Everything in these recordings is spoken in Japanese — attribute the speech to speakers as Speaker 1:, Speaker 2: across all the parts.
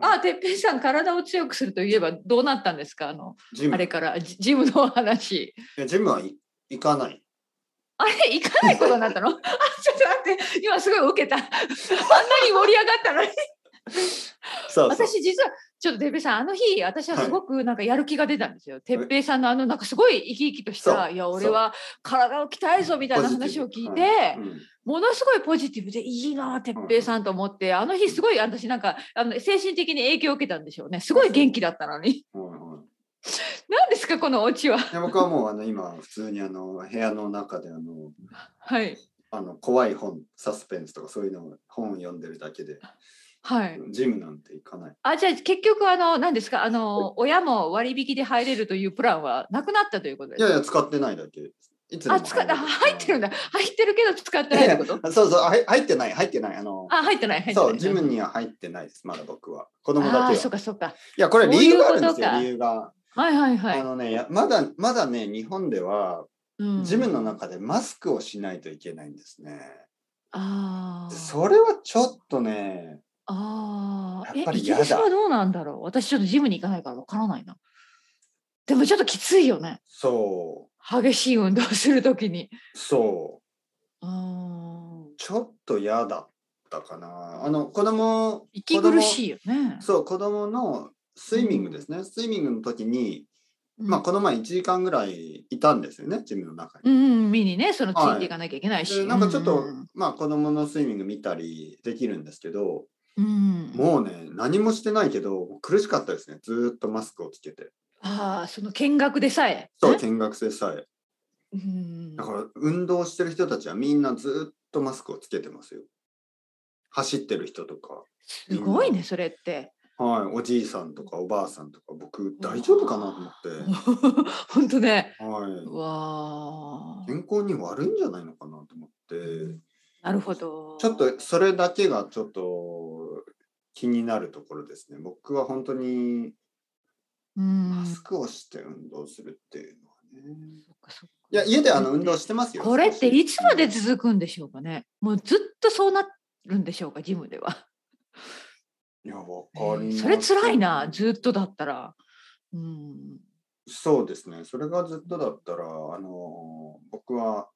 Speaker 1: あ、てっぺいさん、体を強くするといえば、どうなったんですか、あの、
Speaker 2: ジム
Speaker 1: あれから、ジジムのお話。
Speaker 2: いやジムはい行かない。
Speaker 1: あれ、行かないことになったの。あ、ちょっ と待って、今すごい受けた。 あんなに盛り上がったのに。
Speaker 2: そうそう。
Speaker 1: 私、実は、ちょっとてっぺいさん、あの日、私はすごく、なんかやる気が出たんですよ。てっぺいさんの、あの、なんかすごい生き生きとし
Speaker 2: そ
Speaker 1: た、
Speaker 2: う
Speaker 1: いや、俺は体を鍛えるぞみたいな
Speaker 2: ポジ
Speaker 1: 話
Speaker 2: ティ
Speaker 1: を
Speaker 2: ブ
Speaker 1: 聞い
Speaker 2: は
Speaker 1: て
Speaker 2: う。ん
Speaker 1: ものすごいポジティブでいいな哲平さんと思って、あの日すごい私なんかあの精神的に影響を受けたんでしょうねすごい元気だったのに
Speaker 2: うんうん
Speaker 1: 何ですかこのオチは
Speaker 2: で僕はもうあの今普通にあの部屋の中であの
Speaker 1: はい
Speaker 2: あの怖い本サスペンスとかそういうのを本を読んでるだけで
Speaker 1: はい
Speaker 2: ジムなんて行かない。
Speaker 1: あじゃあ結局あの何ですかあの親も割引で入れるというプランはなくなったということで
Speaker 2: い
Speaker 1: す
Speaker 2: やいや使ってないだけ。いつでも
Speaker 1: あ使っ
Speaker 2: れ
Speaker 1: あ
Speaker 2: る
Speaker 1: 入ってるんだ入ってるけど使って
Speaker 2: い
Speaker 1: ない
Speaker 2: や
Speaker 1: っ
Speaker 2: い
Speaker 1: て
Speaker 2: や
Speaker 1: こと
Speaker 2: そうそうあ入入ってない入ってないあの
Speaker 1: あ入ってない入ってない
Speaker 2: そうジムには入ってないですまだ僕は子供だ
Speaker 1: あー
Speaker 2: けは
Speaker 1: そうかそうか
Speaker 2: いやこれ理由があるんです
Speaker 1: そうい
Speaker 2: よ
Speaker 1: うことか
Speaker 2: 理由が、
Speaker 1: はいはいはい
Speaker 2: あのねいやまだまだね日本では
Speaker 1: うん
Speaker 2: ジムの中でマスクをしないといけないんですね。
Speaker 1: あー
Speaker 2: それはちょっとね、
Speaker 1: ああ、え
Speaker 2: やっぱ、り
Speaker 1: イギ
Speaker 2: 嫌
Speaker 1: リ
Speaker 2: だ
Speaker 1: スはどうなんだろう。私ちょっとジムに行かないからわからないな。でもちょっときついよね。
Speaker 2: そ
Speaker 1: 激しい運動するときに。
Speaker 2: う、そう、
Speaker 1: うーん。
Speaker 2: ちょっと嫌だったかな。あの子供、
Speaker 1: 息苦
Speaker 2: い。
Speaker 1: しいよね。
Speaker 2: そう、子供のスイミングですね。スイミングの時に、まあこの前1時間ぐらいいたんですよね、ジムの中
Speaker 1: う
Speaker 2: に。
Speaker 1: ん、うん、見にね、そのついていかなきゃいけないし。
Speaker 2: でなんかちょっと、
Speaker 1: うん
Speaker 2: まあ子供のスイミング見たりできるんですけど、
Speaker 1: うん、
Speaker 2: もうね、何もしてないけど、苦しかったですね。ずーっとマスクをつけて。
Speaker 1: ああ、その見学でさえ。
Speaker 2: そう、
Speaker 1: ね
Speaker 2: 見学生さえ。
Speaker 1: うん
Speaker 2: だから運動してる人たちはみんなずっとマスクをつけてますよ。走ってる人とか、
Speaker 1: すごいね、それって。
Speaker 2: はい、おじいさんとかおばあさんとか、僕大丈夫かなと思っ
Speaker 1: 本当ね。
Speaker 2: て、は
Speaker 1: わあ
Speaker 2: い、。健康に悪いんじゃないのかなと思って、
Speaker 1: なるほど。
Speaker 2: ちょっとそれだけがちょっと気になるところですね。僕は本当に
Speaker 1: うん。
Speaker 2: マスクをして運動するっていうのはね。
Speaker 1: そっかそっか
Speaker 2: いや、家であの運動してますよ。
Speaker 1: これっていつまで
Speaker 2: 少し
Speaker 1: 続くんでしょうかね。もうずっとそうなるんでしょうか、ジムでは。
Speaker 2: いや、わかります。
Speaker 1: それ辛いな、ずっとだったら。うん。
Speaker 2: そうですね。それがずっとだったら、あの僕は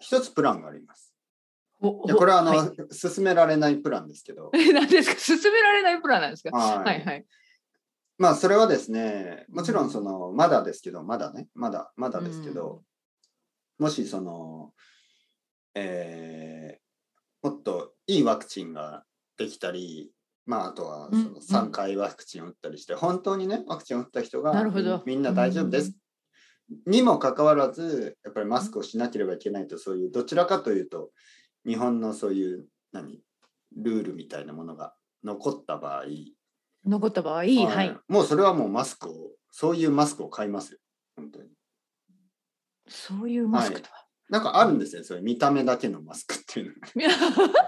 Speaker 2: 一つプランがあります。
Speaker 1: お
Speaker 2: いやこれはあの、
Speaker 1: おい、
Speaker 2: 進められないプランですけど
Speaker 1: え何ですか、 進められないプランなんですか。
Speaker 2: はい
Speaker 1: はいはい。
Speaker 2: まあそれはですね、もちろんそのまだですけど、まだね、まだまだですけど、もしその、えーもっといいワクチンができたり、まああとはそ
Speaker 1: うんうん
Speaker 2: の3回ワクチンを打ったりして、本当にねワクチンを打った人が
Speaker 1: なるほど
Speaker 2: みんな大丈夫です。にもかかわらず、やっぱりマスクをしなければいけないと、そういうどちらかというと、日本のそういう何ルールみたいなものが残った場合、
Speaker 1: 残った場合、はい、はい、
Speaker 2: もうそれはもうマスクを、そういうマスクを買いますよ。本当に。
Speaker 1: そういうマスクとは。
Speaker 2: なんかあるんですよ、そういう見た目だけのマスクっていうの。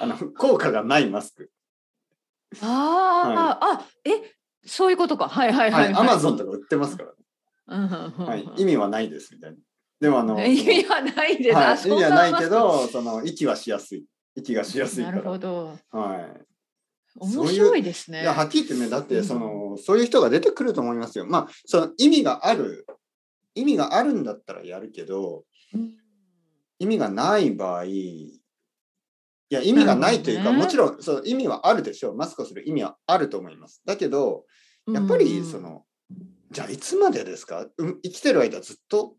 Speaker 2: あの効果がないマスク。
Speaker 1: ああ、あ、え、そういうことか。はいはい
Speaker 2: は、
Speaker 1: はいい。
Speaker 2: アマゾンとか売ってますから、
Speaker 1: うんうんうん
Speaker 2: はい、意味はないですみたいな。でもあの、
Speaker 1: え意味は ないです。
Speaker 2: は
Speaker 1: あ
Speaker 2: い
Speaker 1: そ
Speaker 2: 意
Speaker 1: ん
Speaker 2: 味はないけ
Speaker 1: マス
Speaker 2: ど、その息はしやすい。息がしやす
Speaker 1: ク
Speaker 2: い
Speaker 1: な
Speaker 2: か
Speaker 1: るほ
Speaker 2: ら。
Speaker 1: ど。
Speaker 2: はい。
Speaker 1: 面白いですね。
Speaker 2: いやはっきり言ってねだっ
Speaker 1: う
Speaker 2: て
Speaker 1: ん
Speaker 2: その、そういう人が出てくると思いますよ。まあその意味がある意味があるんだったらやるけど
Speaker 1: うん
Speaker 2: 意味がない場合いや意味がないという
Speaker 1: な
Speaker 2: か、
Speaker 1: るほどね
Speaker 2: もちろんその意味はあるでしょうマスクをする意味はあると思います。だけどやっぱ
Speaker 1: うんう
Speaker 2: り
Speaker 1: ん
Speaker 2: その、じゃあいつまでですか、うん、生きてる間ずっと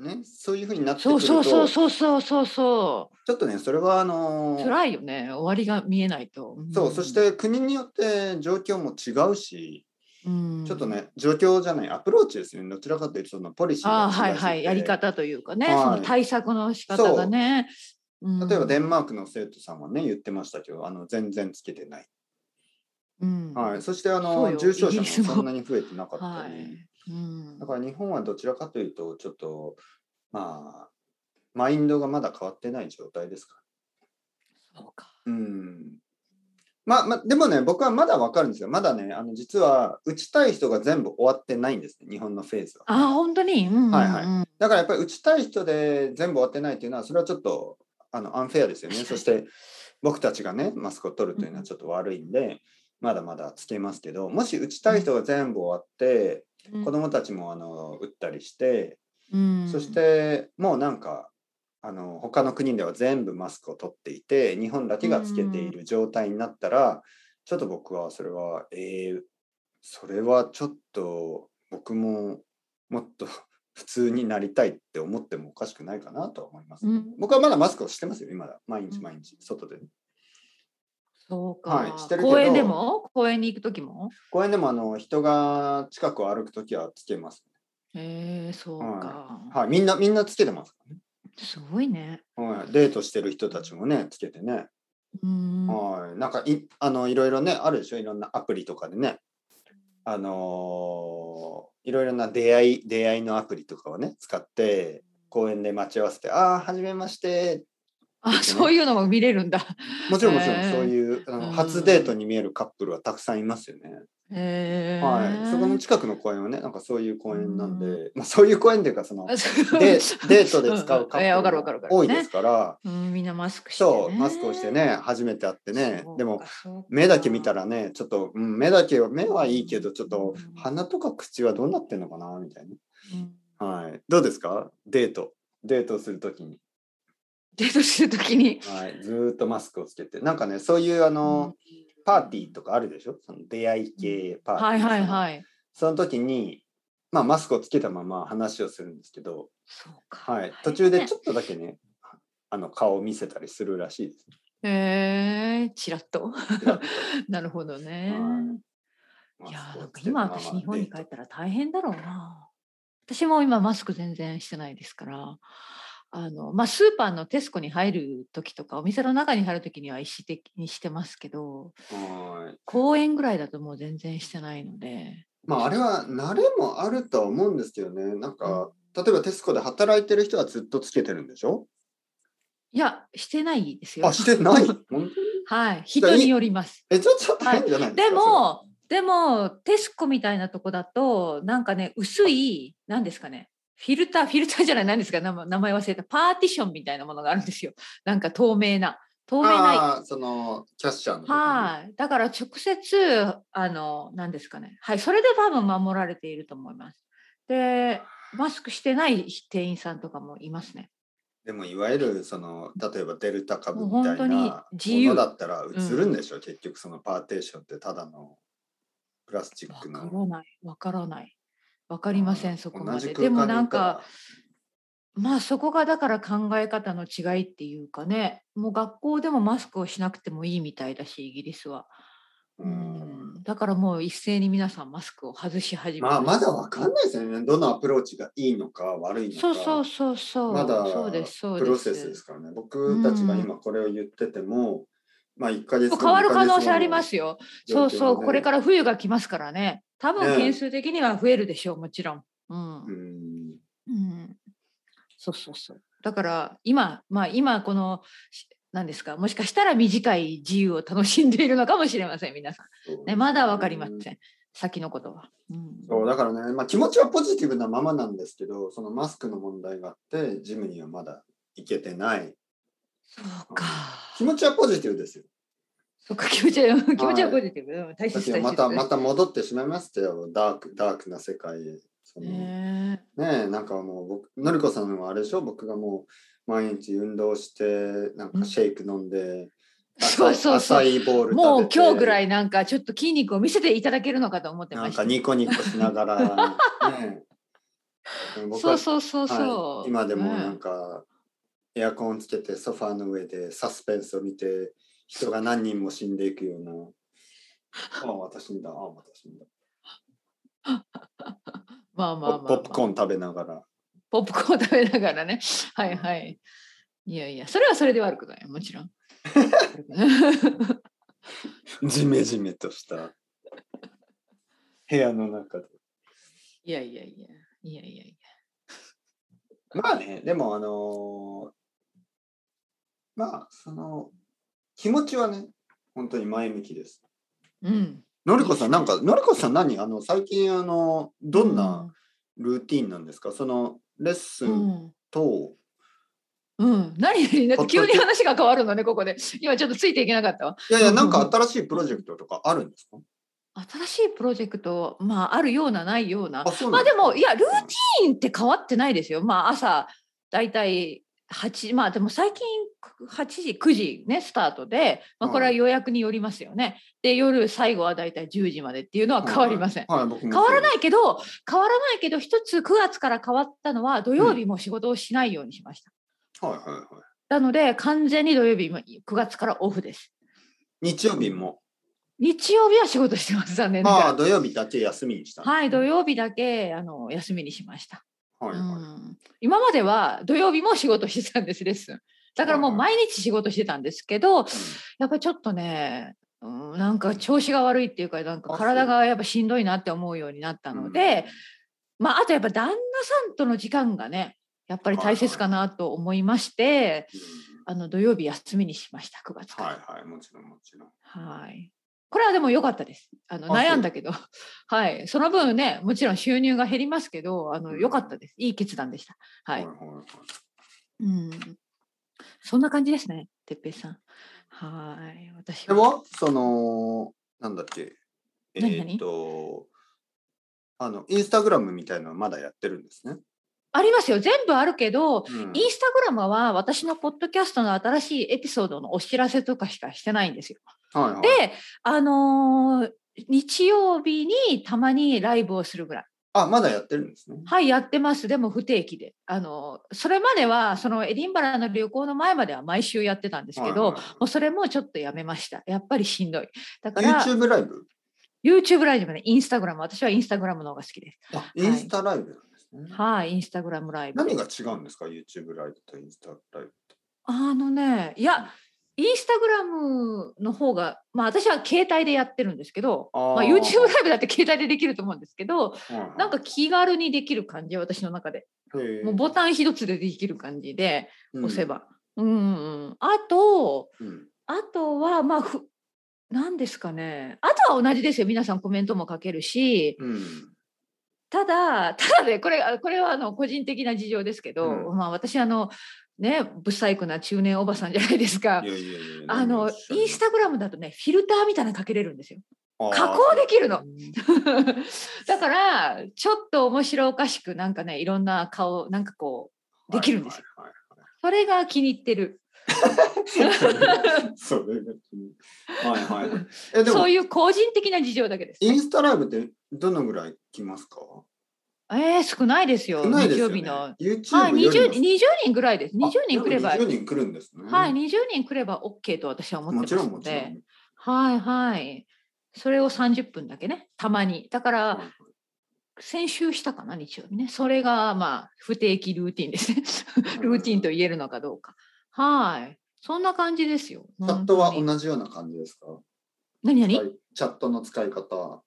Speaker 2: ねそういうふうになってく
Speaker 1: そ
Speaker 2: る
Speaker 1: う
Speaker 2: と
Speaker 1: そうそうそうそうそうそ
Speaker 2: ちょっとねそれはあの
Speaker 1: う。辛いよね。終わりが見えないと。
Speaker 2: そうんそし、て国によって状況も違うし。
Speaker 1: うん
Speaker 2: ちょっと。ね、状況じゃない、アプローチですね、どちらかというと、そのポリシーが
Speaker 1: あ
Speaker 2: 違
Speaker 1: あ
Speaker 2: うし
Speaker 1: はいはいやり。方というかね、
Speaker 2: はい
Speaker 1: その対策の仕方がね。うん
Speaker 2: 例えば、デンマークの生徒さんはね、言ってましたけど、あの全然つけてない。
Speaker 1: うん
Speaker 2: はい、そしてあ
Speaker 1: そう
Speaker 2: の
Speaker 1: よ
Speaker 2: 重症
Speaker 1: イ
Speaker 2: 者
Speaker 1: ギ
Speaker 2: も
Speaker 1: リスも
Speaker 2: そんなに増えてなかった
Speaker 1: は
Speaker 2: り、
Speaker 1: いうん
Speaker 2: だから日本はどちらかというと、ちょっと、まあ、マインドがまだ変わってない状態ですか
Speaker 1: そうか。
Speaker 2: ら。うんまあまあ、でもね、僕はまだわかるんですよ。まだね、あの実は、打ちたい人が全部終わってないんですね、日本のフェーズは。
Speaker 1: ああ本当に。うんうんうん
Speaker 2: はいはだからやっぱり打ちたい人で全部終わってないっていうのはそれはちょっとあのアンフェアですよね。そして僕たちがねマスクを取るというのはちょっと悪いんで、まだまだつけますけどもし打ちたい人が全部終わって、子供たちもあの打ったりして、
Speaker 1: うん
Speaker 2: そしてもうなんかあの他の国では全部マスクを取っていて日本だけがつけている状態になったら、ちょっと僕はそれはえーそれはちょっと僕ももっと 普通になりたいって思ってもおかしくないかなとは思います、
Speaker 1: うん
Speaker 2: 僕はまだマスクをしてますよ今だ毎日
Speaker 1: うん
Speaker 2: 毎日外で、
Speaker 1: そうか、
Speaker 2: はいしてるけど
Speaker 1: 公園でも公園に行く時も
Speaker 2: 公園でもあの人が近くを歩くときはつけます、
Speaker 1: へえそうか、
Speaker 2: はいみんなみんなつけてますからね
Speaker 1: すごいね
Speaker 2: はい、デートしてる人たちもねつけてね、
Speaker 1: うん
Speaker 2: はい、なんかいあのいろいろねあるでしょいろんなアプリとかでねあのーいろいろな出会い出会いのアプリとかをね使って公園で待ち合わせて「ああはじめまして
Speaker 1: あそういうのも見れるんだ
Speaker 2: ー」もちろんもちろん
Speaker 1: へー
Speaker 2: そういう、あ
Speaker 1: う
Speaker 2: の
Speaker 1: ん
Speaker 2: 初デートに見えるカップルはたくさんいますよね、
Speaker 1: へえ
Speaker 2: はい、そこの近くの公園はねなんかそういう公園なんで、まあ、そういう公園っていうかそのデデートで使うカ
Speaker 1: うんいや
Speaker 2: ップル
Speaker 1: わかるわかるわ
Speaker 2: が
Speaker 1: かる
Speaker 2: 多いですから、
Speaker 1: うん、みんなマスクして、ね。
Speaker 2: そうマスクをしてね初めて会ってね
Speaker 1: そうか
Speaker 2: でも、
Speaker 1: そうか
Speaker 2: 目だけ見たらねちょっと、うん、目だけは目はいいけどちょっと
Speaker 1: うん
Speaker 2: 鼻とか口はどうなってんのかなみたい
Speaker 1: うん
Speaker 2: な、はい、どうですかデートデートするときに、
Speaker 1: デートするときに。
Speaker 2: はい、ずーっとマスクをつけてなんかねそういうあの、パーティーとかあるでしょその出会い系パーティー、
Speaker 1: はいはい
Speaker 2: い、
Speaker 1: はい。
Speaker 2: その時に、まあ、マスクをつけたまま話をするんですけど、
Speaker 1: そうか。
Speaker 2: はい、途中でち
Speaker 1: ょ
Speaker 2: ょ
Speaker 1: っ
Speaker 2: っとだけねあの顔を見せたりするらしいです、
Speaker 1: と。えー、ちらっと。
Speaker 2: ちらっと
Speaker 1: なるほどね。
Speaker 2: マ
Speaker 1: いや
Speaker 2: ス
Speaker 1: ー、
Speaker 2: ク
Speaker 1: な
Speaker 2: を
Speaker 1: んか
Speaker 2: つけたまま
Speaker 1: 今私日本
Speaker 2: デ
Speaker 1: に
Speaker 2: ート
Speaker 1: 帰ったら大変だろうな。私も今マスク全然してないですから。あのまあ、スーパーのテスコに入る時とかお店の中に入る時には意識的にしてますけど
Speaker 2: はい
Speaker 1: 公園ぐらいだともう全然してないので
Speaker 2: まああれは慣れもあるとは思うんですけどねなんか例えばテスコで働いてる人はずっとつけてるんでしょ
Speaker 1: いや、してないですよ
Speaker 2: あ。してない 本当に
Speaker 1: はい、
Speaker 2: ゃあ
Speaker 1: 人によります。
Speaker 2: えちょちょっと変じゃないですか、
Speaker 1: でも、でも、テスコみたいなとこだと、なんかね、薄い、なんですかね。フィルター、フィルターじゃない、何ですか、名前名前忘れた、パーティションみたいなものがあるんですよ。なんか透明な。
Speaker 2: そ
Speaker 1: 透明
Speaker 2: れ
Speaker 1: な。
Speaker 2: ああそのキャッシャーの
Speaker 1: はい、だから直接、あの、なんですかね。はい、それで多分守られていると思います。で、マスクしてない店員さんとかもいますね。
Speaker 2: でもいわゆるその例えばデルタ株みたい
Speaker 1: もう
Speaker 2: な
Speaker 1: 本当に自
Speaker 2: も
Speaker 1: 由
Speaker 2: のだったら映るんでしょ、結局そのパーテーションってただのプラスチッ
Speaker 1: わ
Speaker 2: ク
Speaker 1: か
Speaker 2: の
Speaker 1: らない、わからない。わかりませ、
Speaker 2: うん
Speaker 1: そこま
Speaker 2: 同じ
Speaker 1: で。
Speaker 2: 空間
Speaker 1: でもなん
Speaker 2: いた
Speaker 1: か、まあそこがだから考え方の違いっていうかね、もう学校でもマスクをしなくてもいいみたいだし、イギリスは。
Speaker 2: ら
Speaker 1: う
Speaker 2: うん
Speaker 1: ん、だからもう一斉に皆さんマスクを外し始め
Speaker 2: まあまだわ
Speaker 1: わ
Speaker 2: かんないですよねどのアプローチがいいのか悪いのか
Speaker 1: そうそうそうそう。
Speaker 2: まだ
Speaker 1: そうです、そう
Speaker 2: プ
Speaker 1: です。
Speaker 2: ロセスですからね。僕たちが今これを言ってても、まあ1ヶ月
Speaker 1: も
Speaker 2: 後
Speaker 1: う変わる可能性ありま
Speaker 2: よ。
Speaker 1: すよ。
Speaker 2: 状況
Speaker 1: そ
Speaker 2: は
Speaker 1: う
Speaker 2: ね
Speaker 1: そう、これから冬が来ますからね。多
Speaker 2: ね
Speaker 1: 分件数的には増えるでしょう、もちろん。うん
Speaker 2: うん
Speaker 1: うんそうそうそう。だから今、まあ今この、し何ですか、もしかしたら短い自由を楽しんでいるのかもしれません、皆さ。
Speaker 2: そうん
Speaker 1: ね、まだわかりま
Speaker 2: う
Speaker 1: せん。先のことは。うん
Speaker 2: そうだからね、まあ、気持ちはポジティブなままなんですけど、そのマスクの問題があって、ジムにはまだ行けてない。
Speaker 1: そうか。
Speaker 2: 気持ちはポジティブですよ。
Speaker 1: そうか、気持ちは、 気持ちはポジティブ。うん大
Speaker 2: だ
Speaker 1: 切
Speaker 2: け
Speaker 1: 大
Speaker 2: どま
Speaker 1: 切。
Speaker 2: たまた戻ってしまいましたよ、ダークダークな世界へ。その
Speaker 1: ね
Speaker 2: ねえなんかもう僕のりこさんはあれでしょ僕がもう毎日運動してなんかシェイク飲んで、
Speaker 1: そうそうそう
Speaker 2: 浅いボー
Speaker 1: え
Speaker 2: ル食べて
Speaker 1: もう今日ぐらいなんかちょっと筋肉を見せていただけるのかと思って
Speaker 2: な
Speaker 1: ま
Speaker 2: ん
Speaker 1: し
Speaker 2: か
Speaker 1: た。
Speaker 2: ニコニコしなが ら、ねえ、僕
Speaker 1: そ
Speaker 2: は
Speaker 1: うそうそうそう。
Speaker 2: はい今でもなん
Speaker 1: ね
Speaker 2: か、エアコンつけてソファーの上でサスペンスを見て人が何人も死んでいく ようなああ私んだああ私んだ
Speaker 1: まあまあまあまあ、
Speaker 2: ポップコーン食べながら
Speaker 1: ポップコーン食べながらね。はいはい。いやいや、それはそれで悪くない。もちろん。
Speaker 2: ジメジメと した部屋の中で
Speaker 1: いやいやいや。いやいやい
Speaker 2: まあねでもあのーまあその気持ちはね本当に前向きです
Speaker 1: や。うん。
Speaker 2: のりこさん、なんか、のりこさん何、あの、最近、あの、どんなルーティンなんですか、その、レッス
Speaker 1: うん、
Speaker 2: ンと、
Speaker 1: うん、何々だって急に話が変わるのねここで今ちょっとついていけなかったわ
Speaker 2: いやいや、なんか新しいプロジェクトとかあるんですか
Speaker 1: 新しいプロジェクトまああるようなないような
Speaker 2: あ、そうな
Speaker 1: まあ
Speaker 2: んで
Speaker 1: です
Speaker 2: か
Speaker 1: もいやルーティーンって変わってないですよ。まあ朝だいたい8まあでも最近8時9時ねスタートで、まあ、これは予約によりますよね。で夜最後はだいたい10時までっていうのは変わりません。
Speaker 2: はい、はい僕も。
Speaker 1: 変わらないいけど変わらないけど一つ9月から変わったのは土曜日も仕事をしないようにしました。
Speaker 2: はいはいはい。
Speaker 1: なので完全に土曜日も9月からオフです。
Speaker 2: 日曜日も。
Speaker 1: 日曜日は仕事してます残念なが
Speaker 2: ああ、
Speaker 1: ら。
Speaker 2: 土曜日だけ休みにした。
Speaker 1: はい土曜日だけあの休みにしました。
Speaker 2: はいは
Speaker 1: う
Speaker 2: い。
Speaker 1: ん今までは土曜日も仕事してたんですレッスンだからもう
Speaker 2: はいは
Speaker 1: 毎日仕事してたんですけどやっぱりちょっとね、うん、なんか調子が悪いっていうかなんか
Speaker 2: あ
Speaker 1: 体がやっぱしんどいなって思うようになったので、まああとやっぱ旦那さんとの時間がねやっぱり大切かなと思いまして、
Speaker 2: う
Speaker 1: あの土曜日休みにしました9月か
Speaker 2: ん、
Speaker 1: ら。
Speaker 2: はいはい、もちろんもちろん。
Speaker 1: はい。これはでも良かったです。あの
Speaker 2: あ
Speaker 1: 悩んだけど、はい。その分ね、もちろん収入が減りますけど、あ
Speaker 2: う
Speaker 1: の
Speaker 2: ん
Speaker 1: 良かったです。いい決断でした。は。
Speaker 2: はいはいはいはい
Speaker 1: うん。そんな感じですね、てっぺいさん。はい。私
Speaker 2: でも、その、なんだっけ、え
Speaker 1: 何
Speaker 2: ーっと、あの、インスタグラムみたいなのまだやってるんですね。
Speaker 1: ありますよ。全部あるけど、
Speaker 2: うん
Speaker 1: インスタグラムは私のポッドキャストの新しいエピソードのお知らせとかしかしてないんですよ。
Speaker 2: はいはい、
Speaker 1: で、あのー日曜日にたまにライブをするぐらい。
Speaker 2: あ、まだやってるんですね。
Speaker 1: はい、やってます。でも不定期で。あの、それまでは、そのエディンバラの旅行の前までは毎週やってたんですけど、
Speaker 2: はいはい
Speaker 1: もうそれもちょっとやめました。やっぱりしんどい。だから、YouTube,
Speaker 2: YouTube ライブ
Speaker 1: YouTube ライブね、インスタグラム。私はインスタグラムの方が好きです。
Speaker 2: あ、インスタライブなんですね。
Speaker 1: はい、インスタグラムライブ。
Speaker 2: 何が違うんですか ?YouTube ライブとインスタライブ。
Speaker 1: あのね、いや、インスタグラムの方が、まあ私は携帯でやってるんですけど、
Speaker 2: あー
Speaker 1: まあ、YouTube ライブだって携帯でできると思うんですけど、
Speaker 2: はいはい
Speaker 1: なんか気軽にできる感じ、私の中で。
Speaker 2: へー
Speaker 1: もうボタン一つでできる感じで。
Speaker 2: うん
Speaker 1: 押せば。うん、うん、あと、
Speaker 2: うん
Speaker 1: あとは、まあ、ふ、なんですかね。あとは同じですよ。皆さんコメントも書けるし、
Speaker 2: うん
Speaker 1: ただ、 ただね、これ、あこれはあの個人的な事情ですけど、
Speaker 2: う
Speaker 1: まあ、私、あの。ね、不細工な中年おばさんじゃないですか
Speaker 2: い。やいやいや
Speaker 1: あの、インスタグラムだとね、フィルターみたいなのかけれるんですよ。
Speaker 2: タ
Speaker 1: 加工できるの。 だから、ちょっと面白おかしく、なんかね、いろんな顔、なんかこう、できるんですよ。。
Speaker 2: はいはい
Speaker 1: それが気に入ってる。
Speaker 2: はい それが気にはいはい はい。えで
Speaker 1: そ
Speaker 2: も
Speaker 1: ういう個人的な事情だけです。
Speaker 2: インスタライブってどのぐらい来ますか？
Speaker 1: えー、少ないですよ、
Speaker 2: 少ないです
Speaker 1: 日
Speaker 2: よ
Speaker 1: 曜
Speaker 2: ね
Speaker 1: 日の。はい、
Speaker 2: YouTube より
Speaker 1: 20,
Speaker 2: も
Speaker 1: 20人ぐらいです。20人くれば、
Speaker 2: あでも20人来るんですね。
Speaker 1: はい、20人くれば OK と私は思
Speaker 2: も
Speaker 1: って
Speaker 2: ち
Speaker 1: ま
Speaker 2: ろ
Speaker 1: す
Speaker 2: んも
Speaker 1: の
Speaker 2: ちろ
Speaker 1: で
Speaker 2: ん。。
Speaker 1: はいはい。それを30分だけね、たまに。だから、先週したかな、日曜日ね。それが、まあ、不定期ルーティンですね。ルーティンと言えるのかどうか。はい。そんな感じですよ。
Speaker 2: チャットは
Speaker 1: 本当に
Speaker 2: 同じような感じですか？
Speaker 1: 何々
Speaker 2: チャットの使い方。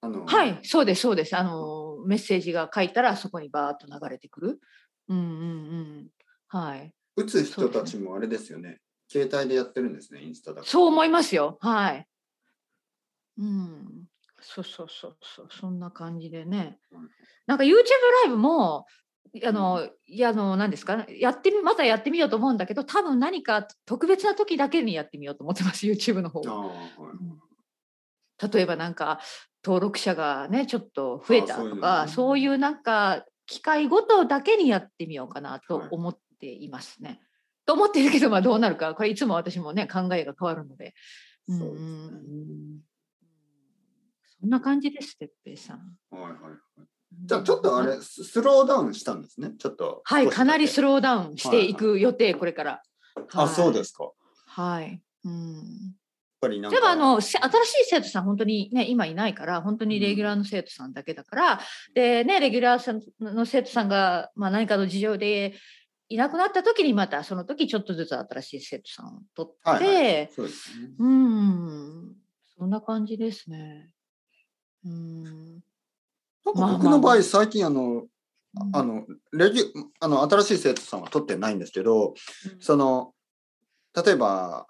Speaker 2: あの
Speaker 1: はい、そうです、そうです。あのー、メッセージが書いたら、そこにバーッと流れてくる。うんうんうん。はい。
Speaker 2: 打つ人たちもあれですよね。携帯でやってるんですね、インスタだから
Speaker 1: そう思いますよ。はい。うん。そうそうそうそう。そんな感じでね
Speaker 2: うん。
Speaker 1: なんか YouTube ライブも、あの、いや、あの、何ですか、やってみ、またやってみようと思うんだけど、多分何か特別な時だけにやってみようと思ってます、YouTube の方
Speaker 2: あ
Speaker 1: は。
Speaker 2: あはい
Speaker 1: 例えばなんか登録者がねちょっと増えた
Speaker 2: あそういう
Speaker 1: と
Speaker 2: の
Speaker 1: か
Speaker 2: ね
Speaker 1: そういうなんか機会ごとだけにやってみようかなと
Speaker 2: はい
Speaker 1: 思っていますね。と思ってるけどまあどうなるかこれいつも私もね考えが変わるので。うん
Speaker 2: そうです
Speaker 1: う
Speaker 2: ね
Speaker 1: んそんな感じです、てっぺいさん。
Speaker 2: はいはいはい。じゃあちょっとあ
Speaker 1: う
Speaker 2: れ
Speaker 1: ん
Speaker 2: ススローダウンしたんですね。ちょっと
Speaker 1: はい、かなりス
Speaker 2: ロー。
Speaker 1: ローダウンしていく予定、これから。。
Speaker 2: あそうですすか。やっ
Speaker 1: はい。うん
Speaker 2: ぱりなんか。
Speaker 1: 例えばあのせ新しい生徒さん本当にね今いないから本当にレギュラーの生徒さんだけだから、でねレギュラーさんの生徒さんが、まあ、何かの事情でいなくなった時にまたその時ちょっとずつ新しい生徒さんを取って、
Speaker 2: はいそうですね。
Speaker 1: うんそんな感じですね。うん
Speaker 2: なん
Speaker 1: ま
Speaker 2: か
Speaker 1: あまあ
Speaker 2: 僕の場合最近あのあのレギュあの新しい生徒さんは取ってないんですけど、その例えば。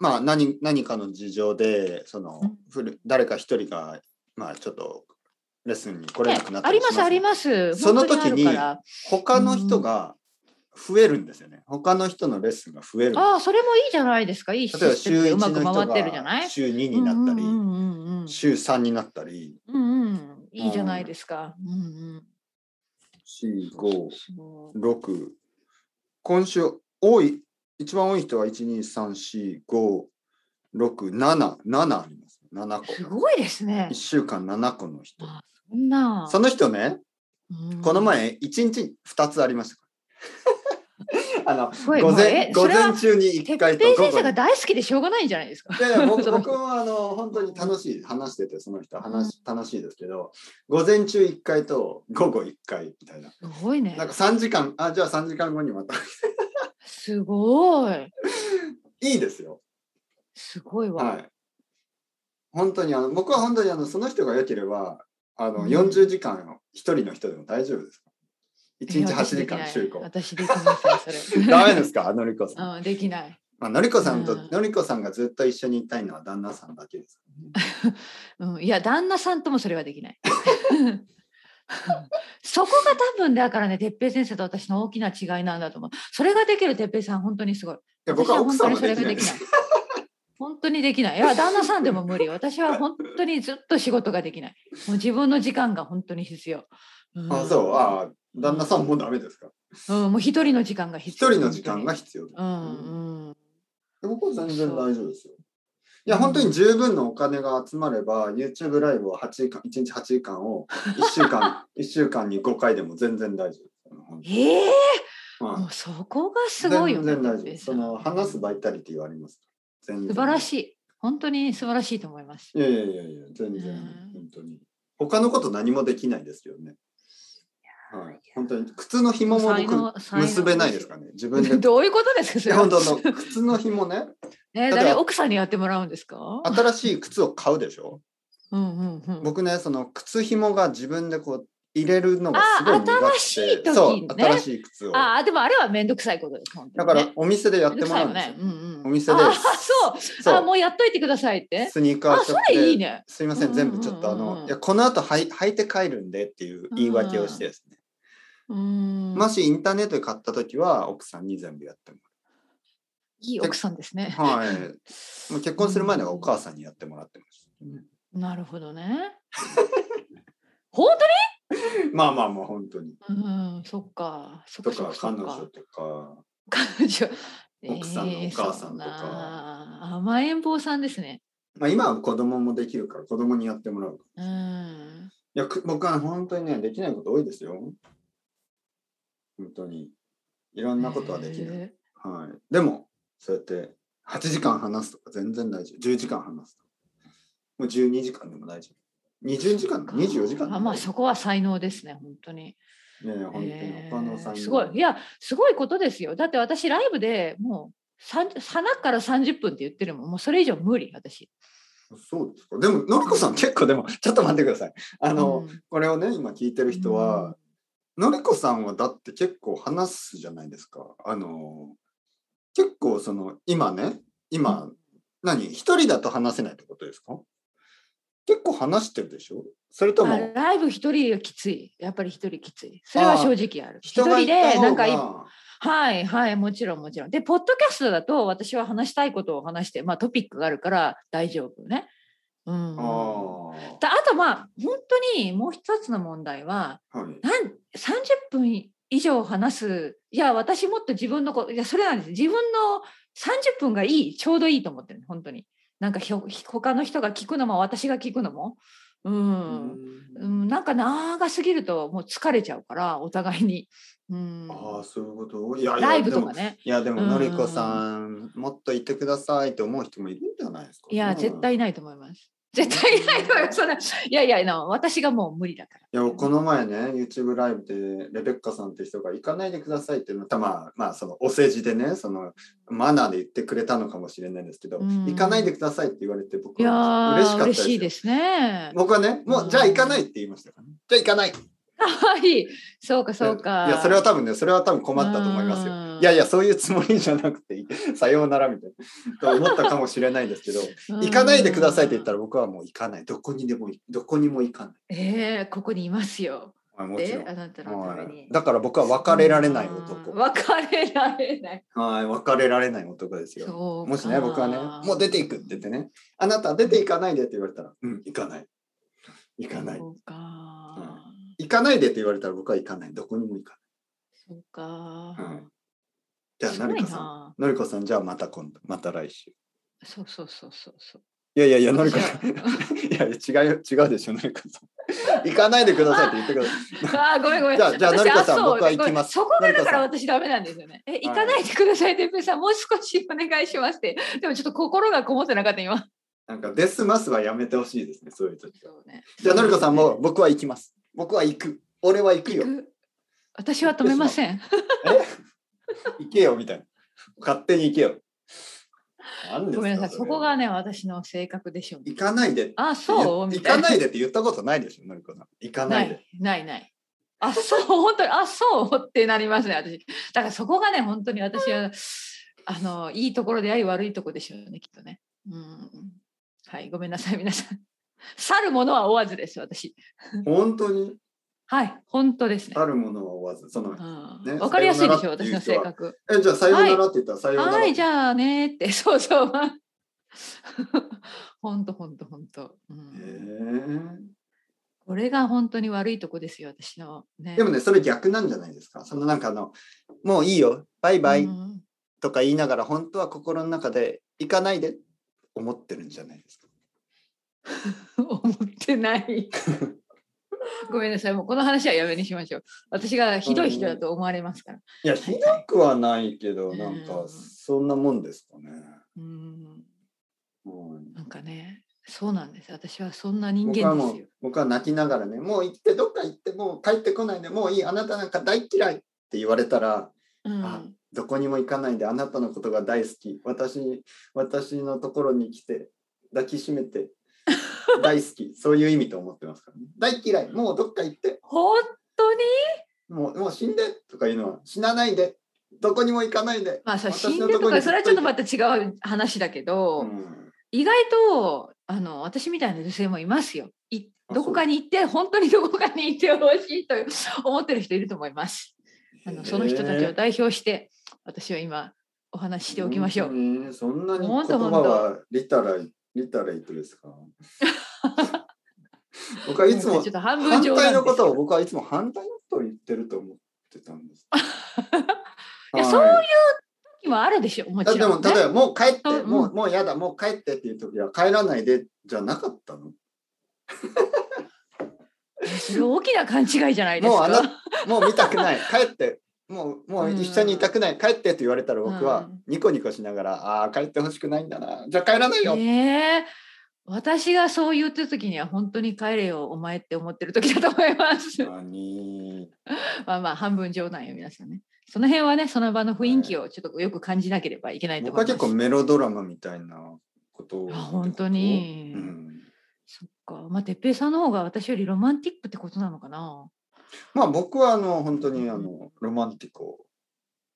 Speaker 2: まあ、何何かの事情でその、
Speaker 1: うん
Speaker 2: ふる誰か一人が、まあ、ちょっとレッスンに来れ
Speaker 1: ね
Speaker 2: なくなっ
Speaker 1: あ
Speaker 2: た
Speaker 1: り
Speaker 2: り
Speaker 1: ますあります。
Speaker 2: その
Speaker 1: 本当ある
Speaker 2: 時に
Speaker 1: から
Speaker 2: 他の人が増えるんですよね。他の人のレッスンが増えるんです
Speaker 1: ああ、それもいいじゃないですか。いいシ
Speaker 2: 例えば
Speaker 1: ステ
Speaker 2: 週
Speaker 1: ムで
Speaker 2: 1
Speaker 1: うまく
Speaker 2: の
Speaker 1: 回ってるじ
Speaker 2: 人
Speaker 1: ゃな
Speaker 2: が
Speaker 1: い
Speaker 2: 週2になったり、
Speaker 1: うんうんうんうん
Speaker 2: 週3になったり、
Speaker 1: うんうん、いいじゃないですか。うん
Speaker 2: 4、
Speaker 1: うん
Speaker 2: 5、
Speaker 1: そう
Speaker 2: 6今週多い一番多い人は12345677あります7個
Speaker 1: すごいですね
Speaker 2: 1。週間7個の人
Speaker 1: あそんな。
Speaker 2: その人ね
Speaker 1: うん
Speaker 2: この、前1日2つありました からあの
Speaker 1: すごい
Speaker 2: 午
Speaker 1: もうえ
Speaker 2: 前午
Speaker 1: それは
Speaker 2: 前中に
Speaker 1: て
Speaker 2: 1
Speaker 1: っぺ
Speaker 2: 回
Speaker 1: い
Speaker 2: と午
Speaker 1: 先
Speaker 2: 後
Speaker 1: 生
Speaker 2: に
Speaker 1: が大好きでしょうがないんじゃないですか。
Speaker 2: いやいや僕
Speaker 1: その
Speaker 2: 僕もあの本当に楽しい話しててその人は話、楽しいですけど午前中1回と午後1回みたいな
Speaker 1: すごいね
Speaker 2: な。んか3時間あじゃあ3時間後にまた
Speaker 1: すごい。
Speaker 2: いいですよ
Speaker 1: すごいわ。
Speaker 2: はい。本当にあの僕は本当にあのその人が良ければあの、
Speaker 1: うん
Speaker 2: 40時間一人の人でも大丈夫ですか。一
Speaker 1: え
Speaker 2: 日8時間
Speaker 1: 私
Speaker 2: 週
Speaker 1: できな
Speaker 2: 5。
Speaker 1: い私できません、そ れ。
Speaker 2: ダメですかのりこさん。
Speaker 1: うん、できない。
Speaker 2: まあのりこさんと、
Speaker 1: うん
Speaker 2: のりこさんがずっと一緒にいたいのは旦那さんだけです、
Speaker 1: うん、いや、旦那さんともそれはで きない。うんそこが多分だからね、哲平先生と私の大きな違いなんだと思う。それができる哲平さん、本当にすごい。
Speaker 2: いや僕は奥
Speaker 1: 私
Speaker 2: さんも
Speaker 1: 本当に
Speaker 2: で
Speaker 1: そ
Speaker 2: きな
Speaker 1: れが
Speaker 2: い
Speaker 1: で
Speaker 2: で
Speaker 1: きな
Speaker 2: す
Speaker 1: い。。本当にできない。いや、旦那さんでも 無理。私は本当にずっと仕事ができない。もう自分の時間が本当に必要。うん
Speaker 2: あそうああ旦那さんもダメですか。
Speaker 1: うん、もう一人の時間が必
Speaker 2: 一
Speaker 1: 要。
Speaker 2: 人の時間が必要です。
Speaker 1: 本当に。うん、うん。
Speaker 2: 僕は全然
Speaker 1: そう
Speaker 2: 大丈夫ですよ。いや、本当に十分のお金が集まれば、YouTube ライブを8時間、1日8時間を1週間、一週間に5回でも全然大丈夫です。
Speaker 1: ええ
Speaker 2: うん
Speaker 1: もうそこがすごいよね。
Speaker 2: 全然大丈夫。
Speaker 1: 哲平さ
Speaker 2: そ
Speaker 1: ん
Speaker 2: の話すバイタリティはあります。全然
Speaker 1: 素晴らしい。本当に素晴らしいと思います。
Speaker 2: い。いやいやいやいや、全然、
Speaker 1: うん
Speaker 2: 本当に。他のこと何もできないですけどね。はい、本当に靴の紐も
Speaker 1: 才能
Speaker 2: 僕
Speaker 1: 才能
Speaker 2: 結べないですからね。自分で。い
Speaker 1: どういうことですかそれ
Speaker 2: や
Speaker 1: は
Speaker 2: 本当の靴の紐ね。
Speaker 1: え
Speaker 2: ただ
Speaker 1: 誰奥さんにやってもらうんですか
Speaker 2: 新しい靴を買うでしょ。
Speaker 1: うんうんうん
Speaker 2: 僕ねその靴ひもが自分でこう入れるのがすごい苦手
Speaker 1: あ新しい時ね
Speaker 2: そう新しい靴を
Speaker 1: ああでもあれは面倒くさいことです本
Speaker 2: だ
Speaker 1: 当に
Speaker 2: か
Speaker 1: ね
Speaker 2: らお店でやっ
Speaker 1: 面
Speaker 2: て
Speaker 1: 倒く
Speaker 2: も
Speaker 1: さ
Speaker 2: ら
Speaker 1: い
Speaker 2: うん
Speaker 1: よ
Speaker 2: ですよ
Speaker 1: ね、うんうん、
Speaker 2: お店で
Speaker 1: あそう
Speaker 2: そう
Speaker 1: あもうやっといてくださいって
Speaker 2: スニーカー
Speaker 1: あ
Speaker 2: シ
Speaker 1: そ
Speaker 2: ョップ
Speaker 1: れ
Speaker 2: で
Speaker 1: いいね
Speaker 2: すいませ
Speaker 1: うんんうんうん
Speaker 2: 全
Speaker 1: うん
Speaker 2: 部ちょっとあのいやこの後はい履いて帰るんでっていう言い訳をしてですね
Speaker 1: うん
Speaker 2: もしインターネットで買った時は奥さんに全部やっても
Speaker 1: いい奥さんですね
Speaker 2: らうはいもう結婚する前のはお母さんにやってもらってました
Speaker 1: なるほ どね本
Speaker 2: まあまあまあ本当に
Speaker 1: 当にうんそっかそっ
Speaker 2: と
Speaker 1: かそ
Speaker 2: か
Speaker 1: っかそ
Speaker 2: 彼
Speaker 1: っ
Speaker 2: 女
Speaker 1: か
Speaker 2: とか
Speaker 1: 彼女
Speaker 2: 奥さんのお母さんとか
Speaker 1: えーそな甘えん坊さんですね
Speaker 2: まあ今は子供もできるから子供にやってもらう
Speaker 1: うん
Speaker 2: いや、く僕は本当にね、できないこと多いですよ。本当に。いろ
Speaker 1: そ
Speaker 2: んなことはできない。はい。でも、そうやって、8時間話すとか全然大丈夫。10時間話すとか。もう12時間でも大丈夫。20時間、24時間でも大丈夫。
Speaker 1: あまあそこは才能ですね本当に。
Speaker 2: いやいや、本当に
Speaker 1: えー
Speaker 2: 他の才能
Speaker 1: すごいいやすごいことですよだって私ライブでもうさん花から30分って言ってるもんもうそれ以上無理私。
Speaker 2: そうですか。でも、のりこさん結構でも、ちょっと待ってください。あの、
Speaker 1: うん
Speaker 2: これをね、今聞いてる人は、のりこさんはだって結構話すじゃないですか。あの結構その今ね今、
Speaker 1: う
Speaker 2: 何一人だと話せないってことですか結構話してるでしょそれと
Speaker 1: あ
Speaker 2: も
Speaker 1: ライブ一人はきついやっぱり一人きついそれは正直ある一
Speaker 2: 人が
Speaker 1: 人
Speaker 2: いた
Speaker 1: でな
Speaker 2: 方
Speaker 1: んかい
Speaker 2: が
Speaker 1: はいはいもちろんもちろんでポッドキャストだと私は話したいことを話してまあトピックがあるから大丈夫ねうん
Speaker 2: あー
Speaker 1: だあとまあ本当にもう一つの問題は
Speaker 2: はい
Speaker 1: なん30分以上話すいや私もっと自分のこといやそれなんです自分の30分がいいちょうどいいと思ってる本当になんかひょ他の人が聞くのも私が聞くのもうん、う
Speaker 2: うん
Speaker 1: ん、なんか長すぎるともう疲れちゃうからお互いに、うん、
Speaker 2: ああそういうこといやいや
Speaker 1: ライブ
Speaker 2: で
Speaker 1: と
Speaker 2: も
Speaker 1: かね
Speaker 2: いやでも
Speaker 1: うん
Speaker 2: のりこさんもっといてくださいって思う人もいるんじゃないですか
Speaker 1: いや、
Speaker 2: うん
Speaker 1: 絶対いないと思います絶対いないと思いますそんないやいやな私がもう無理だから
Speaker 2: いや僕この前ね YouTube ライブでレベッカさんって人が行かないでくださいっていうのたまあまあそのお世辞でねそのマナーで言ってくれたのかもしれないんですけど、
Speaker 1: うん
Speaker 2: 行かないでくださいって言われて僕
Speaker 1: いや
Speaker 2: は
Speaker 1: ー
Speaker 2: 嬉しかったで
Speaker 1: 嬉
Speaker 2: すよ
Speaker 1: しいですね
Speaker 2: 僕はねもう、
Speaker 1: うん
Speaker 2: じゃあ行かないって言いましたから、ね、じゃあ行かない
Speaker 1: はいそうかそうか
Speaker 2: いやそれは多分ねそれは多分困ったと思いますよ
Speaker 1: よ
Speaker 2: いやいやそういうつもりじゃなくてさようならみたいなと思ったかもしれないですけど行かないでくださいって言った
Speaker 1: ら。
Speaker 2: ら僕はもう行かないどこにでも行どこにも行かない
Speaker 1: ええここにいますよ。
Speaker 2: はいもちろ
Speaker 1: で
Speaker 2: ん。
Speaker 1: あなたのた
Speaker 2: は
Speaker 1: め
Speaker 2: い
Speaker 1: に。
Speaker 2: だから僕は別れられない男。
Speaker 1: うん別れられない。
Speaker 2: はい、別れられない男ですよ。
Speaker 1: そうか
Speaker 2: もしね、僕はね、もう出ていくって言ってね、あなた出ていかないでって言われたら、うん、行かない。行かない
Speaker 1: そ。うか。
Speaker 2: 行かないでって言われたら僕は行かない。どこにも行か
Speaker 1: そうか。
Speaker 2: うんない。じ
Speaker 1: す
Speaker 2: ゃあ、の
Speaker 1: ご
Speaker 2: り
Speaker 1: い
Speaker 2: こさん。
Speaker 1: な。
Speaker 2: のりこさん、じゃあまた今度、また来週。
Speaker 1: そうそうそうそうそう。
Speaker 2: いやいやいや、のりこ
Speaker 1: じゃ
Speaker 2: さ ん。いやいや、違うよ、違うでしょ、のりこさん。行かないでくださいって言ってください。
Speaker 1: あーごめんごめん。
Speaker 2: じゃあじゃあ
Speaker 1: 私
Speaker 2: のりこさん
Speaker 1: あそう
Speaker 2: 僕は行きます
Speaker 1: ごめんそこがだから
Speaker 2: の
Speaker 1: 私ダメなんですよね。え
Speaker 2: い
Speaker 1: 行かないでくださいてっぺいさんもう少しお願いしますって。でもちょっと心がこもってなかった今。
Speaker 2: なんか、デスマスはやめてほしいですね、そういう時は。
Speaker 1: そうね。
Speaker 2: じゃあ、のりこさんも、僕は行きます。僕は行く。俺は行くよ。
Speaker 1: 行く私は止めません。
Speaker 2: 行けよ、みたいな。勝手に行けよ。何ですか
Speaker 1: ごめんなさい。そ
Speaker 2: れ
Speaker 1: こがね私の性格でしょうね。
Speaker 2: 行かないで。
Speaker 1: あそうみ
Speaker 2: 行
Speaker 1: た
Speaker 2: か
Speaker 1: いな。
Speaker 2: ないでって言ったことないでしょ、のりこさん。行かな
Speaker 1: ない
Speaker 2: で。
Speaker 1: いないない。あそう本当にあそうってなりますね私。だからそこがね本当に私はあのいいところであり悪いところでしょうねきっとね。うんはいごめんなさい皆さん。去るものは追わずです私。
Speaker 2: 本当に
Speaker 1: はい本当ですね。
Speaker 2: あるものは追わず。その、
Speaker 1: うん
Speaker 2: ね
Speaker 1: わかりやすいでしょ
Speaker 2: さようならっていう人は
Speaker 1: 私の性格。
Speaker 2: え、じゃあ、さようならって言ったら、さようなら。
Speaker 1: はいじゃあねってそうそう。 本当本当本当。う
Speaker 2: へ
Speaker 1: ん
Speaker 2: え
Speaker 1: これが本当に悪いとこですよ私のね。
Speaker 2: でもね、それ逆なんじゃないですか。そのなんかあの、もういいよ、バイバ
Speaker 1: う
Speaker 2: イ
Speaker 1: ん
Speaker 2: とか言いながら、本当は心の中で行かないでって思ってるんじゃないですか。
Speaker 1: 思って ない。ごめんなさい、もうこの話はやめにしましょう。私がひどい人だと思われますから。
Speaker 2: いや、ひどくはないけど、なん
Speaker 1: う
Speaker 2: か、
Speaker 1: ん
Speaker 2: そんなもんですかね。
Speaker 1: うん、
Speaker 2: うん
Speaker 1: なんかね、そうなんです。私はそんな人
Speaker 2: 僕は
Speaker 1: 間で
Speaker 2: も
Speaker 1: すよ
Speaker 2: う。、僕は泣きながらね、もう行って、どっか行って、もう帰ってこないで、もういい、あなたなんか大嫌いって言われたら、
Speaker 1: うん
Speaker 2: あどこにも行かないであなたのことが大好き私私のところに来て抱きしめ て大好きそういう意味と思ってますからね大嫌いもうどっか行って
Speaker 1: 本当に
Speaker 2: もうもう死んでとかいうのは死なないでどこにも行かないで
Speaker 1: まあさ、
Speaker 2: 私
Speaker 1: 死
Speaker 2: の
Speaker 1: んでと
Speaker 2: ころ
Speaker 1: か、
Speaker 2: に
Speaker 1: それはちょっとまた違う話だけど、
Speaker 2: うん
Speaker 1: 意外とあの私みたいな女性もいますよ。い
Speaker 2: あ
Speaker 1: どこかに行って、本当にどこかに行ってほしいという思ってる人いると思います。あのその人たち
Speaker 2: へ
Speaker 1: を
Speaker 2: え
Speaker 1: 代表して、私は今お話ししておきましょう。
Speaker 2: 本当にそんなに言
Speaker 1: ほんとほ
Speaker 2: 葉
Speaker 1: んと
Speaker 2: はリタライリタレイト ですか僕はいつ
Speaker 1: ごめ
Speaker 2: も
Speaker 1: んなさちょっと半分
Speaker 2: 反
Speaker 1: 冗談
Speaker 2: 対
Speaker 1: です
Speaker 2: のことを僕はいつも反対のことを言ってると思ってたんです
Speaker 1: いやそういう時もあるでしょも
Speaker 2: だ
Speaker 1: ち
Speaker 2: で
Speaker 1: ろ
Speaker 2: も
Speaker 1: ん、
Speaker 2: 例
Speaker 1: ね
Speaker 2: え。ばもう帰って、
Speaker 1: うん
Speaker 2: もうもうやだもう帰ってっていう時は帰らないでじゃなかったの
Speaker 1: それ大きな勘違いじゃないです
Speaker 2: もうあ
Speaker 1: か。
Speaker 2: なもう見たく ない帰ってもうもう一緒にいたくない帰ってって言われたら僕
Speaker 1: う
Speaker 2: は
Speaker 1: ん
Speaker 2: ニコニコしながら、ああー帰ってほしくないんだなじゃあ帰らないよ、
Speaker 1: ねえ私がそう言ってる時には本当に帰れよお前って思ってる時だと思います。
Speaker 2: 何
Speaker 1: まあまあ半分冗談よ皆さんね。その辺はねその場の雰囲気をちょっとよく感じなければいけないと
Speaker 2: 僕
Speaker 1: 思い
Speaker 2: は
Speaker 1: ます。
Speaker 2: 結構メロドラマみたいなことを
Speaker 1: あ本当に
Speaker 2: うん
Speaker 1: そっか。まあ哲平さんの方が私よりロマンティックってことなのかな。
Speaker 2: まあ僕はあの本当にあのロマンティコ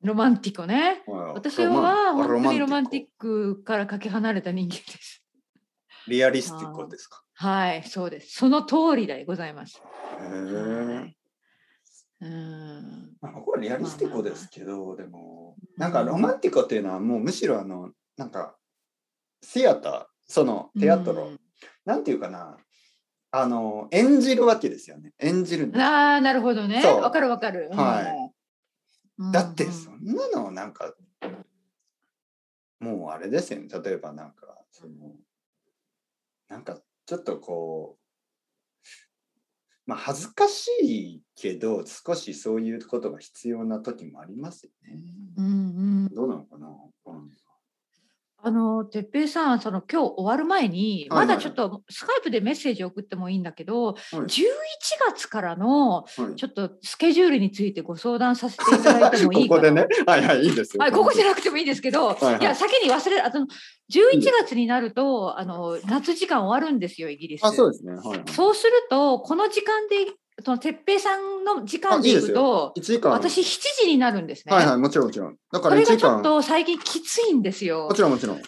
Speaker 1: ロマンティコね。
Speaker 2: はい
Speaker 1: 私は
Speaker 2: ロマン
Speaker 1: 本当にロマンティッ
Speaker 2: コ
Speaker 1: クからかけ離れた人間です。
Speaker 2: リアリスティコですか
Speaker 1: はい、そうです。その通りでございます。
Speaker 2: へ
Speaker 1: は
Speaker 2: え
Speaker 1: い。うん。
Speaker 2: まあ、僕はリアリスティコですけど、でも、なんかロマンティコっていうのはもうむしろあの、なんか、シアター、そのテアトロ、
Speaker 1: うん
Speaker 2: なんていうかな、あの、演じるわけですよね。演じるんです
Speaker 1: ああ、なるほどね。
Speaker 2: そう
Speaker 1: わかるわかる。
Speaker 2: はいだって、そ
Speaker 1: そ
Speaker 2: んなのなんか、もうあれですよね。例えばなんか、その、なんかちょっとこう、まあ恥ずかしいけど、少しそういうことが必要な時もありますよね。
Speaker 1: うんうん。
Speaker 2: どうなのかな、うん
Speaker 1: あの哲平さん、その今日終わる前に、
Speaker 2: はいはい
Speaker 1: まだちょっとスカイプでメッセージ送ってもいいんだけ
Speaker 2: は
Speaker 1: ど、
Speaker 2: い
Speaker 1: 11月からの
Speaker 2: はい
Speaker 1: ちょっとスケジュールについてご相談させていただいてもいいか な。
Speaker 2: ここでね。はいはい、いいですよ。
Speaker 1: はい、ここじゃ
Speaker 2: な
Speaker 1: なくてもいいですけど、
Speaker 2: いはい
Speaker 1: いや先に忘れあの11月になるとあの夏時間終わるんですよイギリス。
Speaker 2: あ、そうですね。はい、はい。
Speaker 1: そうすると、この時間で、その哲平さんの時間で
Speaker 2: あいいで
Speaker 1: い
Speaker 2: す
Speaker 1: く
Speaker 2: よ
Speaker 1: と、
Speaker 2: 1時間。
Speaker 1: 私7時になるんですね。
Speaker 2: はいはい、もちろんもちろん。だか
Speaker 1: こ
Speaker 2: ら1
Speaker 1: れが
Speaker 2: 時
Speaker 1: ちょ
Speaker 2: 間。
Speaker 1: っ
Speaker 2: も
Speaker 1: と最近きついんですよ
Speaker 2: ち。ろんもちろん。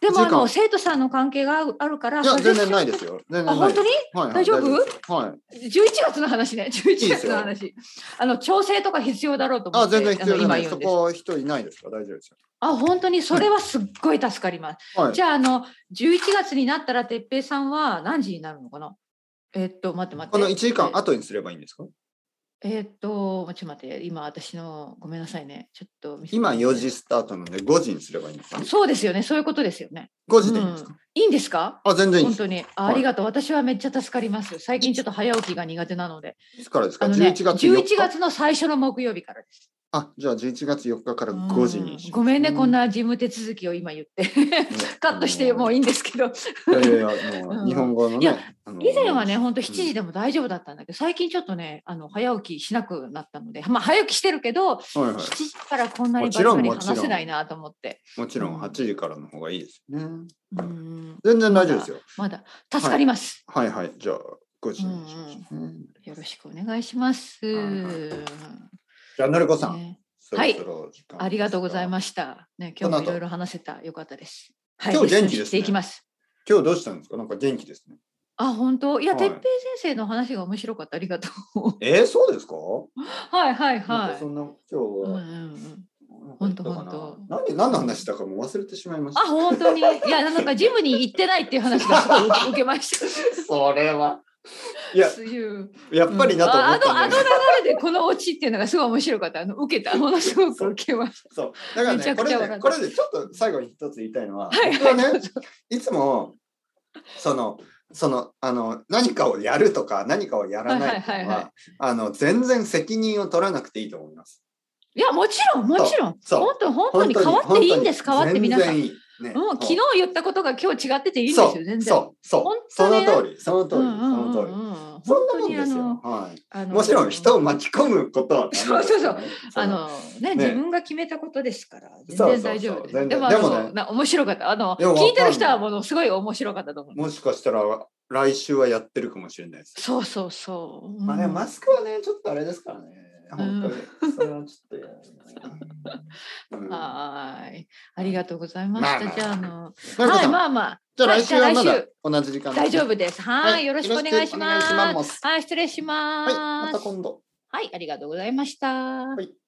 Speaker 1: でもあの
Speaker 2: 一
Speaker 1: 生徒さんの関係があるから
Speaker 2: いや、
Speaker 1: 外
Speaker 2: 全
Speaker 1: し
Speaker 2: 然ないですよ。全然
Speaker 1: あ
Speaker 2: ない
Speaker 1: 本
Speaker 2: です
Speaker 1: 当
Speaker 2: はいは
Speaker 1: に
Speaker 2: い
Speaker 1: 大丈夫
Speaker 2: ですよはい。
Speaker 1: 11月の話ね11月の話あの調整とか必要だろうと思
Speaker 2: あ、
Speaker 1: って
Speaker 2: 全然必要じゃな
Speaker 1: あの今
Speaker 2: い。
Speaker 1: 言う
Speaker 2: そ
Speaker 1: んです
Speaker 2: こ人いないですから大丈夫です
Speaker 1: あ本当にそれはすっごい助かります、
Speaker 2: よ。はい。
Speaker 1: じゃああの11月になったら哲平さんは何時になるのかなえっと待って待って
Speaker 2: この1時間後にすればいいんですか
Speaker 1: えっとちょっと待って今私のごめんなさいねちょっと見せて
Speaker 2: 今4時スタートなので5時にすればいいんですか
Speaker 1: そうですよねそういうことですよね
Speaker 2: ?5 時でいいんですか、
Speaker 1: いいんですか
Speaker 2: あ、全然いいで
Speaker 1: 本
Speaker 2: す。
Speaker 1: 当にあ
Speaker 2: はい
Speaker 1: ありがとう、私はめっちゃ助かります最近ちょっと早起きが苦手なので
Speaker 2: いつからですか、
Speaker 1: あのね
Speaker 2: ?11 月4日。
Speaker 1: 11月の最初の木曜日からです
Speaker 2: あ、じゃあ11月4日から5時にします
Speaker 1: うんごめんね、こんな事務手続きを今言って カットしてもういいんですけど
Speaker 2: いやいやいや、も
Speaker 1: うん
Speaker 2: う日本語の
Speaker 1: い
Speaker 2: ね
Speaker 1: や。
Speaker 2: あの
Speaker 1: 以前はね、。本当7時でも大丈夫だったんだけど、最近ちょっとね、あの早起きしなくなったので、まあ早起きしてるけ
Speaker 2: は
Speaker 1: ど、
Speaker 2: いは
Speaker 1: 7時からこんなに
Speaker 2: も
Speaker 1: バ
Speaker 2: ち
Speaker 1: リ
Speaker 2: ろん
Speaker 1: バリ
Speaker 2: もちろん
Speaker 1: 話せないなと思って、
Speaker 2: い。もちろ
Speaker 1: うん
Speaker 2: ん8時からの方がいいですよね。
Speaker 1: うん、
Speaker 2: 全然大丈夫ですよ。
Speaker 1: まだ助かります。
Speaker 2: はいはい。じゃあ5時にしましょうね。
Speaker 1: よろしくお願いします。
Speaker 2: はいじゃあ、のりこさん。
Speaker 1: ね
Speaker 2: そろそろ時間ですが
Speaker 1: ありがとうございました。ね、今日もいろいろ話せた、よかったです。はい、
Speaker 2: 今日元気ですね
Speaker 1: レッスンしていきます。
Speaker 2: 今日どうしたんですかなんか元気ですね。
Speaker 1: あ、本当。いや、
Speaker 2: はい
Speaker 1: 哲平先生の話が面白かった。ありがとう。
Speaker 2: えー、そうですか
Speaker 1: はいはい
Speaker 2: なん
Speaker 1: は
Speaker 2: か
Speaker 1: い。
Speaker 2: そ
Speaker 1: うん
Speaker 2: な、今日は
Speaker 1: んう。んうん
Speaker 2: なんか言ったかな
Speaker 1: ほんとほん
Speaker 2: 何何の話したかも忘れてしまいまし
Speaker 1: あ、
Speaker 2: た。
Speaker 1: 本当に。いや、なんかジムに行ってないっていう話がちょっと受け受けました。
Speaker 2: それは。いや、
Speaker 1: そういう
Speaker 2: やっぱりなと思ったんだけど
Speaker 1: うんああの、あの流れでこのオチっていうのがすごい面白かった。あの受けた。ものすごく受けまし
Speaker 2: そう。だから
Speaker 1: めちゃ
Speaker 2: ね、こ
Speaker 1: くちゃ
Speaker 2: れ
Speaker 1: 笑
Speaker 2: ね、
Speaker 1: った
Speaker 2: これでちょっと最後に一つ言いたいのは、
Speaker 1: た。はい
Speaker 2: 僕は
Speaker 1: はい。
Speaker 2: ね、いつも、その、その、あの、何かをやるとか、何かをやらないとか
Speaker 1: はいはいはいは
Speaker 2: は、あの、全然責任を取らなくていいと思います。
Speaker 1: いや、もちろん、もちろん。
Speaker 2: そう
Speaker 1: 本当、本当に変わっていいんです。変わって皆さ
Speaker 2: 全
Speaker 1: ん。も
Speaker 2: 然いいね
Speaker 1: う昨日言ったことが今日違ってていいんです
Speaker 2: そ
Speaker 1: よ
Speaker 2: う。
Speaker 1: 全然。
Speaker 2: そう、そう
Speaker 1: 本、
Speaker 2: そ
Speaker 1: 当
Speaker 2: の
Speaker 1: ね
Speaker 2: 通り、その通り、
Speaker 1: う
Speaker 2: そ
Speaker 1: んうん
Speaker 2: の
Speaker 1: う
Speaker 2: 通
Speaker 1: ん
Speaker 2: り。
Speaker 1: うん。
Speaker 2: そん
Speaker 1: 本
Speaker 2: な
Speaker 1: 当
Speaker 2: もん
Speaker 1: に
Speaker 2: で
Speaker 1: あ
Speaker 2: す
Speaker 1: の
Speaker 2: よ。。はい。
Speaker 1: あの
Speaker 2: もちろん人を巻き込むことはダメですよね、
Speaker 1: そうそう
Speaker 2: そ
Speaker 1: あ
Speaker 2: う
Speaker 1: のね
Speaker 2: ね
Speaker 1: 自分が決めたことですから全
Speaker 2: そうそうそ
Speaker 1: 然
Speaker 2: う
Speaker 1: 大丈夫です。
Speaker 2: 全然
Speaker 1: でもあ
Speaker 2: でも
Speaker 1: の、
Speaker 2: ね
Speaker 1: な面白かったあの
Speaker 2: でもわかんな
Speaker 1: 聞
Speaker 2: い
Speaker 1: いてる人はものすごい面白かったと思う。
Speaker 2: もしかしたら来週はやってるかもしれないです。
Speaker 1: そうそうそう。うん
Speaker 2: まあね、マスクはね、ちょっとあれですからね。本当に。それはちょっとやらないな。
Speaker 1: はーいありがとうございました。
Speaker 2: まあまあ
Speaker 1: じゃああの
Speaker 2: うん。
Speaker 1: はいま
Speaker 2: あ、
Speaker 1: あま
Speaker 2: じゃあ
Speaker 1: はい
Speaker 2: 来週はま
Speaker 1: じゃあ
Speaker 2: だ
Speaker 1: 来
Speaker 2: 同じ時間
Speaker 1: あ
Speaker 2: ですね
Speaker 1: 大丈夫です。はい
Speaker 2: はい
Speaker 1: よろしくお願いし
Speaker 2: よ
Speaker 1: ます。
Speaker 2: ろしくお願いします
Speaker 1: はい失礼し
Speaker 2: はい、
Speaker 1: ま。
Speaker 2: ますた今度。
Speaker 1: はいありがとうございました。
Speaker 2: はい